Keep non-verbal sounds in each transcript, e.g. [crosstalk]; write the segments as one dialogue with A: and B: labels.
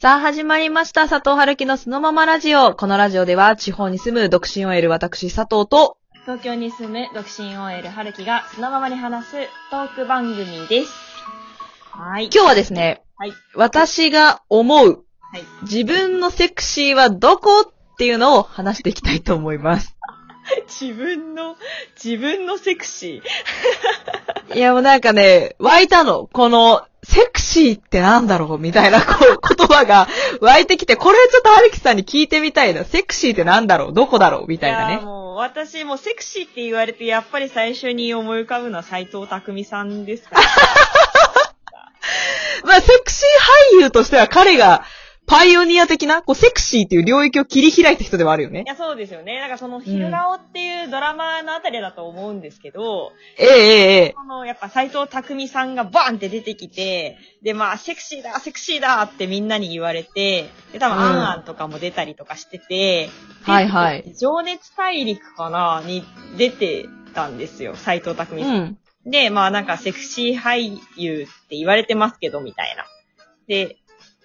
A: さあ始まりました。佐藤春樹のそのままラジオ。このラジオでは地方に住む独身 OL 私佐藤と、
B: 東京に住む独身 OL 春樹がそのままに話すトーク番組です。はい。
A: 今日はですね、
B: はい。
A: 私が思う
B: はい。
A: 自分のセクシーはどこっていうのを話していきたいと思います。
B: 自分の、自分のセクシ
A: いやもうなんかね、湧いたの。この、セクシーってなんだろうみたいなこう言葉が湧いてきて、これちょっと春樹さんに聞いてみたいな。セクシーってなんだろうどこだろうみ
B: ー。
A: たいない
B: やー
A: ね。
B: もう、私もうセクシーって言われて、やっぱり最初に思い浮かぶのは斎藤匠さんで
A: [laughs]
B: すから。
A: まあ、セクシー俳優としては彼が、パイオニア的な、こう、セクシーっていう領域を切り開いた人ではあるよね
B: い。や、そうですよね。なんかその、昼顔っていうドラマのあたりだと思うんですけど、
A: ええええええ
B: その、やっぱ斎藤匠さんがバーンって出てきて、で、まあ、セクシーだ、セクシーだってみんなに言われて、で、多分、
A: うん
B: アンアンとかも出たりとかしてて、
A: はいはい。
B: 情熱大陸かなに出てたんですよ、斎藤匠
A: う
B: さん。
A: ん。
B: で、まあなんかセクシー俳優って言われてますけど、みたいな。で、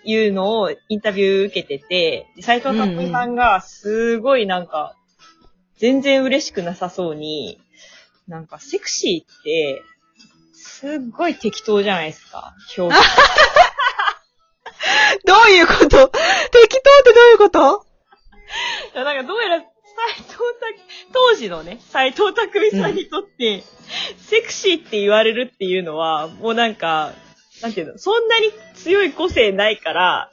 B: いうのをインタビュー受けてて、で斎藤匠さんがすごいなんか、全然嬉しくなさそうに、なんかセクシーって、すっごい適当じゃないですか、表現。
A: どういうこと適当ってどういうこと
B: いや、なんかどうやら、斎藤匠、当時のね、斎藤匠さんにとって、セクシーって言われるっていうのは、もうなんか、なんていうの、そんなに強い個性ないから、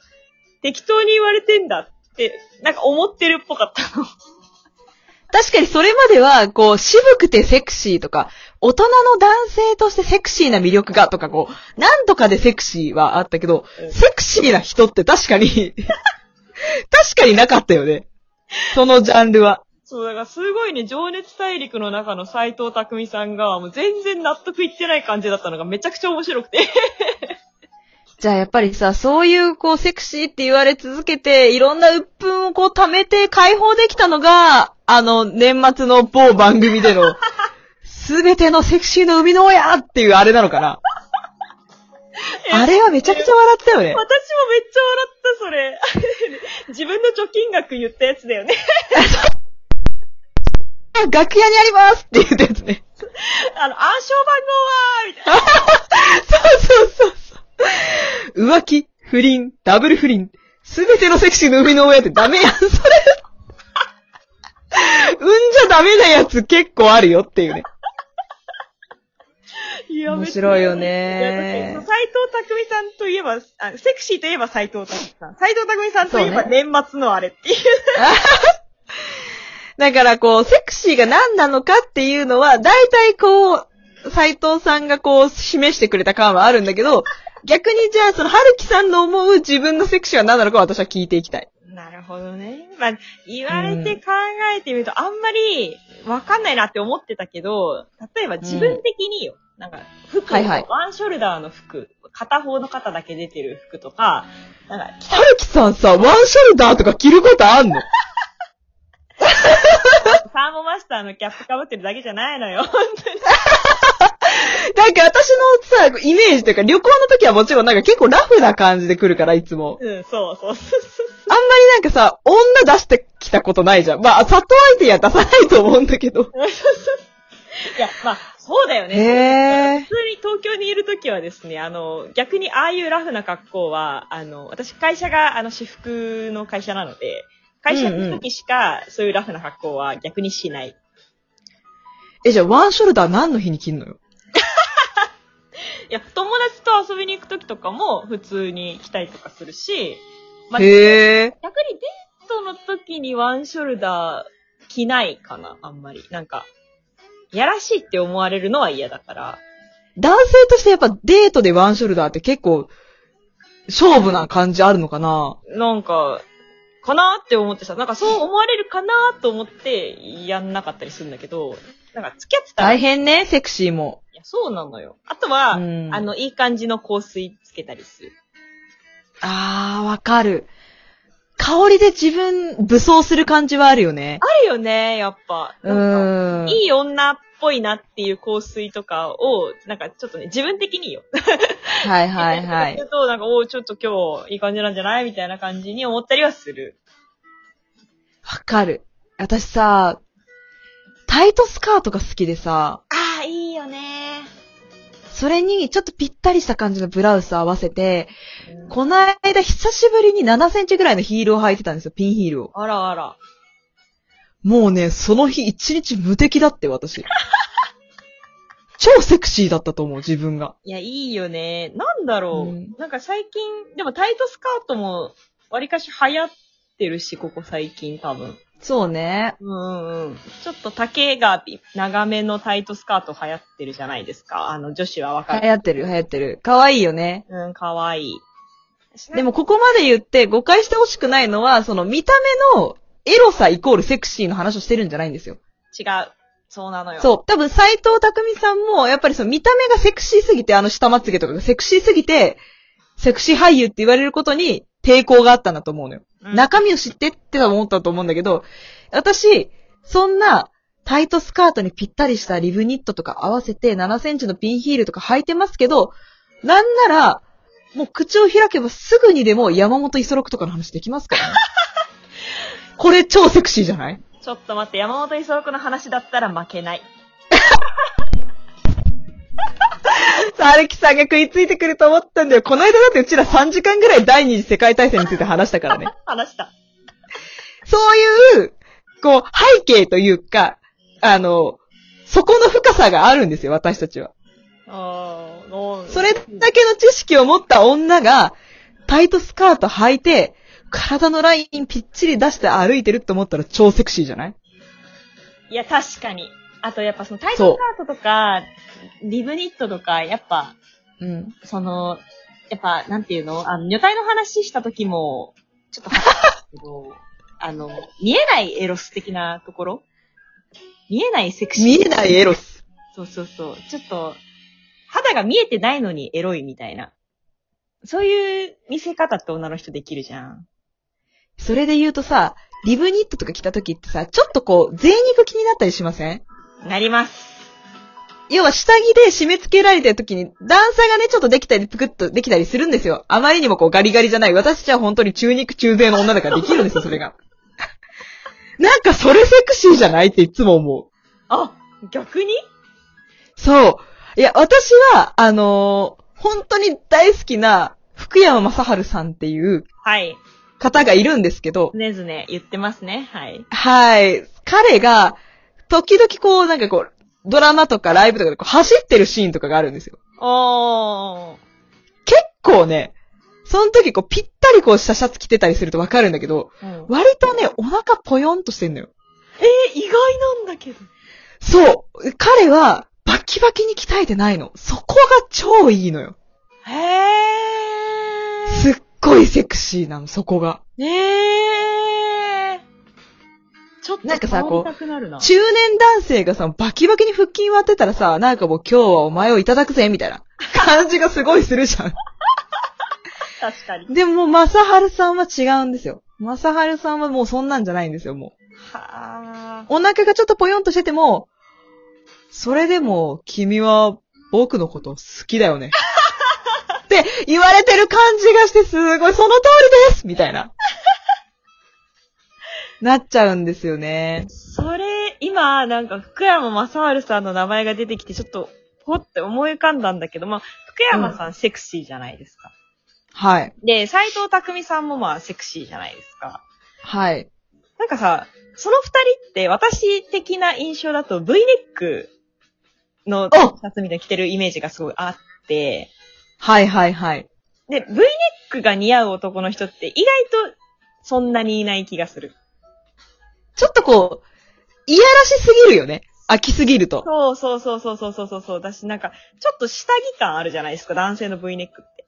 B: 適当に言われてんだって、なんか思ってるっぽかったの。
A: 確かにそれまでは、こう、渋くてセクシーとか、大人の男性としてセクシーな魅力がとか、こう、なんとかでセクシーはあったけど、
B: うん
A: セクシーな人って確かに、 [laughs] 確かになかったよね。そのジャンルは。
B: [laughs] そう、だからすごいね、情熱大陸の中の斎藤匠さんが、もう全然納得いってない感じだったのがめちゃくちゃ面白くて。 [laughs]
A: じゃあやっぱりさ、そういうこうセクシーって言われ続けて、いろんな鬱憤をこう溜めて解放できたのが、あの、年末の某番組での、すべてのセクシーの生みの親っていうあれなのかな。あれはめちゃくちゃ笑ったよね
B: 私もめ。っちゃ笑った、それ。 [laughs] 自分の貯金額言ったやつだよね。
A: 楽屋にありますって言ったやつね。
B: あの、暗証番号はみたいな。
A: そうそうそうそう。浮気、不倫、ダブル不倫、すべてのセクシーの生みの親ってダメやん、それ。うんじゃダメなやつ結構あるよっていうね。
B: いや
A: 面白いよね
B: いや確かに斉藤匠さんといえば、あセクシーといえば斉藤匠さん。斉藤匠さんといえば
A: そう
B: 年末のあれっていう。
A: [laughs] だからこう、セクシーが何なのかっていうのは、大体こう、斎藤さんがこう、示してくれた感はあるんだけど、逆にじゃあ、その、春樹さんの思う自分のセクシーは何なのか私は聞いていきたい。
B: なるほどね。まあ、言われて考えてみると、あんまりわかんないなって思ってたけど、例えば自分的によ。なんか、服、
A: はいはい
B: ワンショルダーの服、片方の肩だけ出てる服とか、なんか、
A: 春樹さんさ、ワンショルダーとか着ることあん [laughs] の
B: サーモマスターのキャップ被ってるだけじゃないのよ。 [laughs]
A: なんか私のさ、イメージというか、旅行の時はもちろんなんか結構ラフな感じで来るから、いつも。
B: うん、そうそうそうそう。
A: あんまりなんかさ、女出してきたことないじゃん。まあ、里相手には出さないと思うんだけど。
B: いや、まあ、そうだよね。
A: へー
B: 普。通に東京にいるときはですね、あの、逆にああいうラフな格好は、あの、私会社が、あの、私服の会社なので、会社の時しか、そういうラフな格好は逆にしない。
A: え、じゃあワンショルダー何の日に着んのよ
B: いや、友達と遊びに行くときとかも、普通に着たりとかするし、まあ、逆に
A: へえ。
B: デートの時にワンショルダー着ないかな、あんまり。なんか、やらしいって思われるのは嫌だから。
A: 男性としてやっぱデートでワンショルダーって結構、勝負な感じあるのかな
B: なんか、かなって思ってさ、なんかそう思われるかなと思ってやんなかったりするんだけど、なんか付き合ってたら、
A: 大
B: い
A: 変ね、セクシーも。
B: やそうなのよ。あとは、
A: うん
B: あの、いい感じの香水つけたりする。
A: あー、わかる。香りで自分、武装する感じはあるよね。
B: あるよね、やっぱ。
A: う
B: なん
A: ー
B: か
A: ん。
B: いい女っぽいなっていう香水とかを、なんかちょっとね、自分的によ。
A: はいはいは
B: [laughs] す
A: い。
B: ると、なんか、おーちょっと今日いい感じなんじゃないみたいな感じに思ったりはする。
A: わかる。私さ、タイトスカートが好きでさ、
B: ああ、いいよね
A: それにちょっとぴったりした感じのブラウス合わせて、
B: うん
A: この間久しぶりに7センチぐらいのヒールを履いてたんですよ、ピンヒールを。
B: あらあら。
A: もうね、その日一日無敵だって、私。 [laughs] 超セクシーだったと思う、自分が。
B: いや、いいよねなんだろう、
A: うん
B: なんか最近、でもタイトスカートも、わりかし流行ってるし、ここ最近多分。
A: そうね。
B: うんうんうん。ちょっと丈が長めのタイトスカート流行ってるじゃないですか。あの、女子はわか
A: 流
B: る。
A: 行ってる、流行ってる。可愛いよね。
B: うん、かわいい。
A: でもここまで言って誤解してほしくないのは、その見た目のエロさイコールセクシーの話をしてるんじゃないんですよ。
B: 違う。そうなのよ。
A: そう。多分斎藤匠さんも、やっぱりその見た目がセクシーすぎて、あの下まつげとかがセクシーすぎて、セクシー俳優って言われることに抵抗があったんだと思うのよ。
B: うん。
A: 中身を知ってって思ったと思うんだけど、私、そんな、タイトスカートにぴったりしたリブニットとか合わせて7センチのピンヒールとか履いてますけど、なんなら、もう口を開けばすぐにでも山本五十六とかの話できます [laughs] からね。これ超セクシーじゃない
B: ちょっと待って、山本五十六の話だったら負けない。
A: さあ、アレキさんが食いついてくると思ったんだよ。この間だってうちら3時間ぐらい第二次世界大戦について話したからね。
B: 話した。
A: そういう、こう、背景というか、あの、そこの深さがあるんですよ、私たちは。
B: あーおー
A: それだけの知識を持った女が、タイトスカート履いて、体のラインぴっちり出して歩いてるって思ったら超セクシーじゃない
B: いや、確かに。あと、やっぱそのタイトルカートとか、リブニットとか、やっぱ、
A: うん。
B: その、やっぱ、なんていうのあの、女体の話した時も、ちょっと話したけ
A: [laughs]
B: ど、あの、見えないエロス的なところ見えないセクシー。
A: 見えないエロス。
B: そうそうそう。ちょっと、肌が見えてないのにエロいみたいな。そういう見せ方って女の人できるじゃん。
A: それで言うとさ、リブニットとか着た時ってさ、ちょっとこう、贅肉気になったりしません
B: なります。
A: 要は下着で締め付けられてる時に、段差がね、ちょっとできたり、ぷくっとできたりするんですよ。あまりにもこうガリガリじゃない。私たちは本当に中肉中背の女だからできるんですよ、それが。 [laughs] なんかそれセクシーじゃないっていつも思う。
B: あ、逆に
A: そう。いや、私は、あのー本当に大好きな、福山雅治さんっていう
B: はい。
A: 方がいるんですけど、
B: ねずね、言ってますね。はい。
A: はい。彼が、時々こう、なんかこう、ドラマとかライブとかでこう走ってるシーンとかがあるんですよ。
B: おー。
A: 結構ね、その時こうぴったりこうしたシャツ着てたりするとわかるんだけど、
B: うん、
A: 割とね、お腹ぽよんとしてんのよ。
B: え、意外なんだけど。
A: そう彼は、バキバキに鍛えてないの。そこが超いいのよ。
B: へー。
A: すっごいセクシーなの、そこが。
B: ねー。ちょっと
A: なんかさこう
B: 触りたくなるな
A: 中年男性がさ、バキバキに腹筋割ってたらさ、なんかもう今日はお前をいただくぜ、みたいな感じがすごいするじゃん。
B: 確かに。
A: でも、マサハルさんは違うんですよ。マサハルさんはもうそんなんじゃないんですよ、もう。
B: はー。
A: お腹がちょっとぽよんとしてても、それでも、君は僕のこと好きだよね。って言われてる感じがして、すごい、その通りですみたいな。なっちゃうんですよね。
B: それ、今、なんか福山雅治さんの名前が出てきて、ちょっと、ほって思い浮かんだんだけど、まあ、福山さんセクシーじゃないですか。
A: はい。
B: で、斎藤匠さんもまあ、セクシーじゃないですか。
A: はい。
B: なんかさ、その二人って私的な印象だと V ネックのシ
A: お
B: ャツみたいに着てるイメージがすごいあって、
A: はいはいはい。
B: で、V ネックが似合う男の人って意外とそんなにいない気がする。
A: ちょっとこう、いやらしすぎるよね。飽きすぎると。
B: そうそうそうそうそうそうそうそう。だしなんか、ちょっと下着感あるじゃないですか、男性の V ネックって。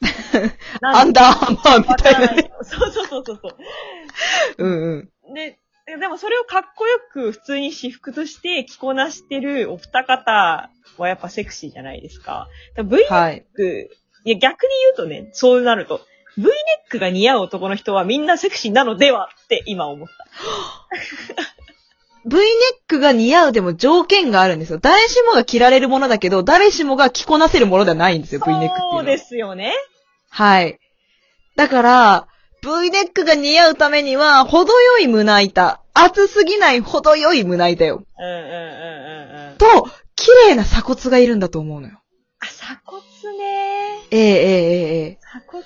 A: [laughs] ア
B: ん
A: ンダーハンマーみ
B: わ
A: た
B: か
A: い
B: ら
A: な
B: な
A: ね。
B: い。そうそうそうそうそう。
A: うんうん。
B: で、でもそれをかっこよく普通に私服として着こなしてるお二方はやっぱセクシーじゃないですか。だから V ネッ
A: はい。
B: ク、いや逆に言うとね、そうなると、V ネックが似合う男の人はみんなセクシーなのではって今思った。
A: V ネックが似合うでも条件があるんですよ。誰しもが着られるものだけど、誰しもが着こなせるものではないんですよ、V ネックっていうのは。
B: そうですよね。
A: はい。だから、V ネックが似合うためには、程よい胸板。厚すぎない程よい胸板よ。
B: うんうんうんうんうん。
A: と、綺麗な鎖骨がいるんだと思うのよ。
B: あ、鎖骨ね。
A: ええええええ
B: 鎖骨、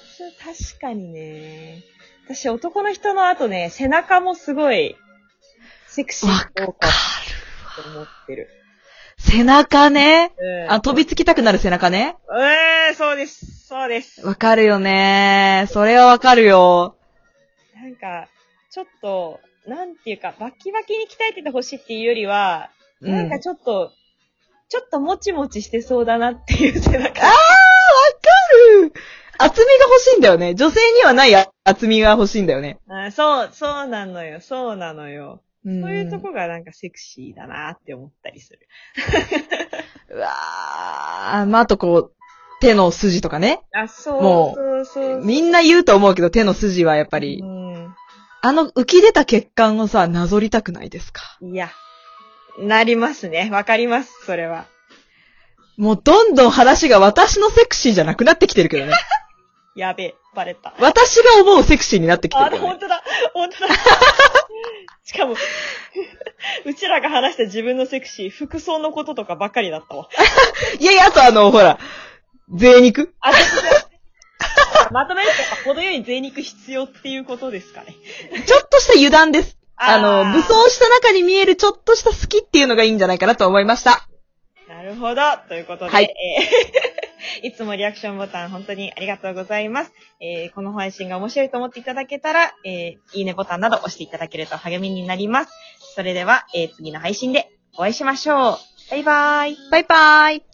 B: 確かにね。私、男の人の後ね、背中もすごい、セクシ
A: わ
B: ー
A: かる
B: と。思ってる。
A: 背中ね。
B: うん。
A: あ、飛びつきたくなる背中ね。
B: うん、そうです。そうです。
A: わかるよね。それはわかるよ。
B: なんか、ちょっと、なんていうか、バキバキに鍛えててほしいっていうよりは、
A: うん。
B: なんかちょっと、ちょっともちもちしてそうだなっていう背中。
A: うん厚みが欲しいんだよね。女性にはない厚みが欲しいんだよね。
B: あそう、そうなのよ、そうなのよ。
A: うん
B: そういうとこがなんかセクシーだなって思ったりする。
A: うわー。まあ、あとこう、手の筋とかね。
B: あ、そう、
A: も
B: そうそうそう。
A: みんな言うと思うけど、手の筋はやっぱり
B: う、ん。
A: あの浮き出た血管をさ、なぞりたくないですか。
B: いや、なりますね。わかります、それは。
A: もうどんどん話が私のセクシーじゃなくなってきてるけ [laughs] どね。
B: やべえ、バレた。
A: 私が思うセクシーになってきて
B: あ、
A: るけど、
B: 本
A: ね。
B: 当だ、本当だ。
A: [laughs]
B: しかも、 [laughs] うちらが話した自分のセクシー、服装のこととかばっかりだったわ。
A: いやいや、あとあの、ほら、贅肉
B: あ、まとめるとやっぱ程よい贅肉必要っていうことですかね。
A: ちょっとした油断です。あの、
B: ー
A: 武装した中に見えるちょっとした好きっていうのがいいんじゃないかなと思いました。
B: なるほど。ということで、
A: はい
B: えー [laughs] いつもリアクションボタン本当にありがとうございます。えーこの配信が面白いと思っていただけたら、えーいいねボタンなど押していただけると励みになります。それでは、えー次の配信でお会いしましょう。バイバーイ。
A: バイバーイ。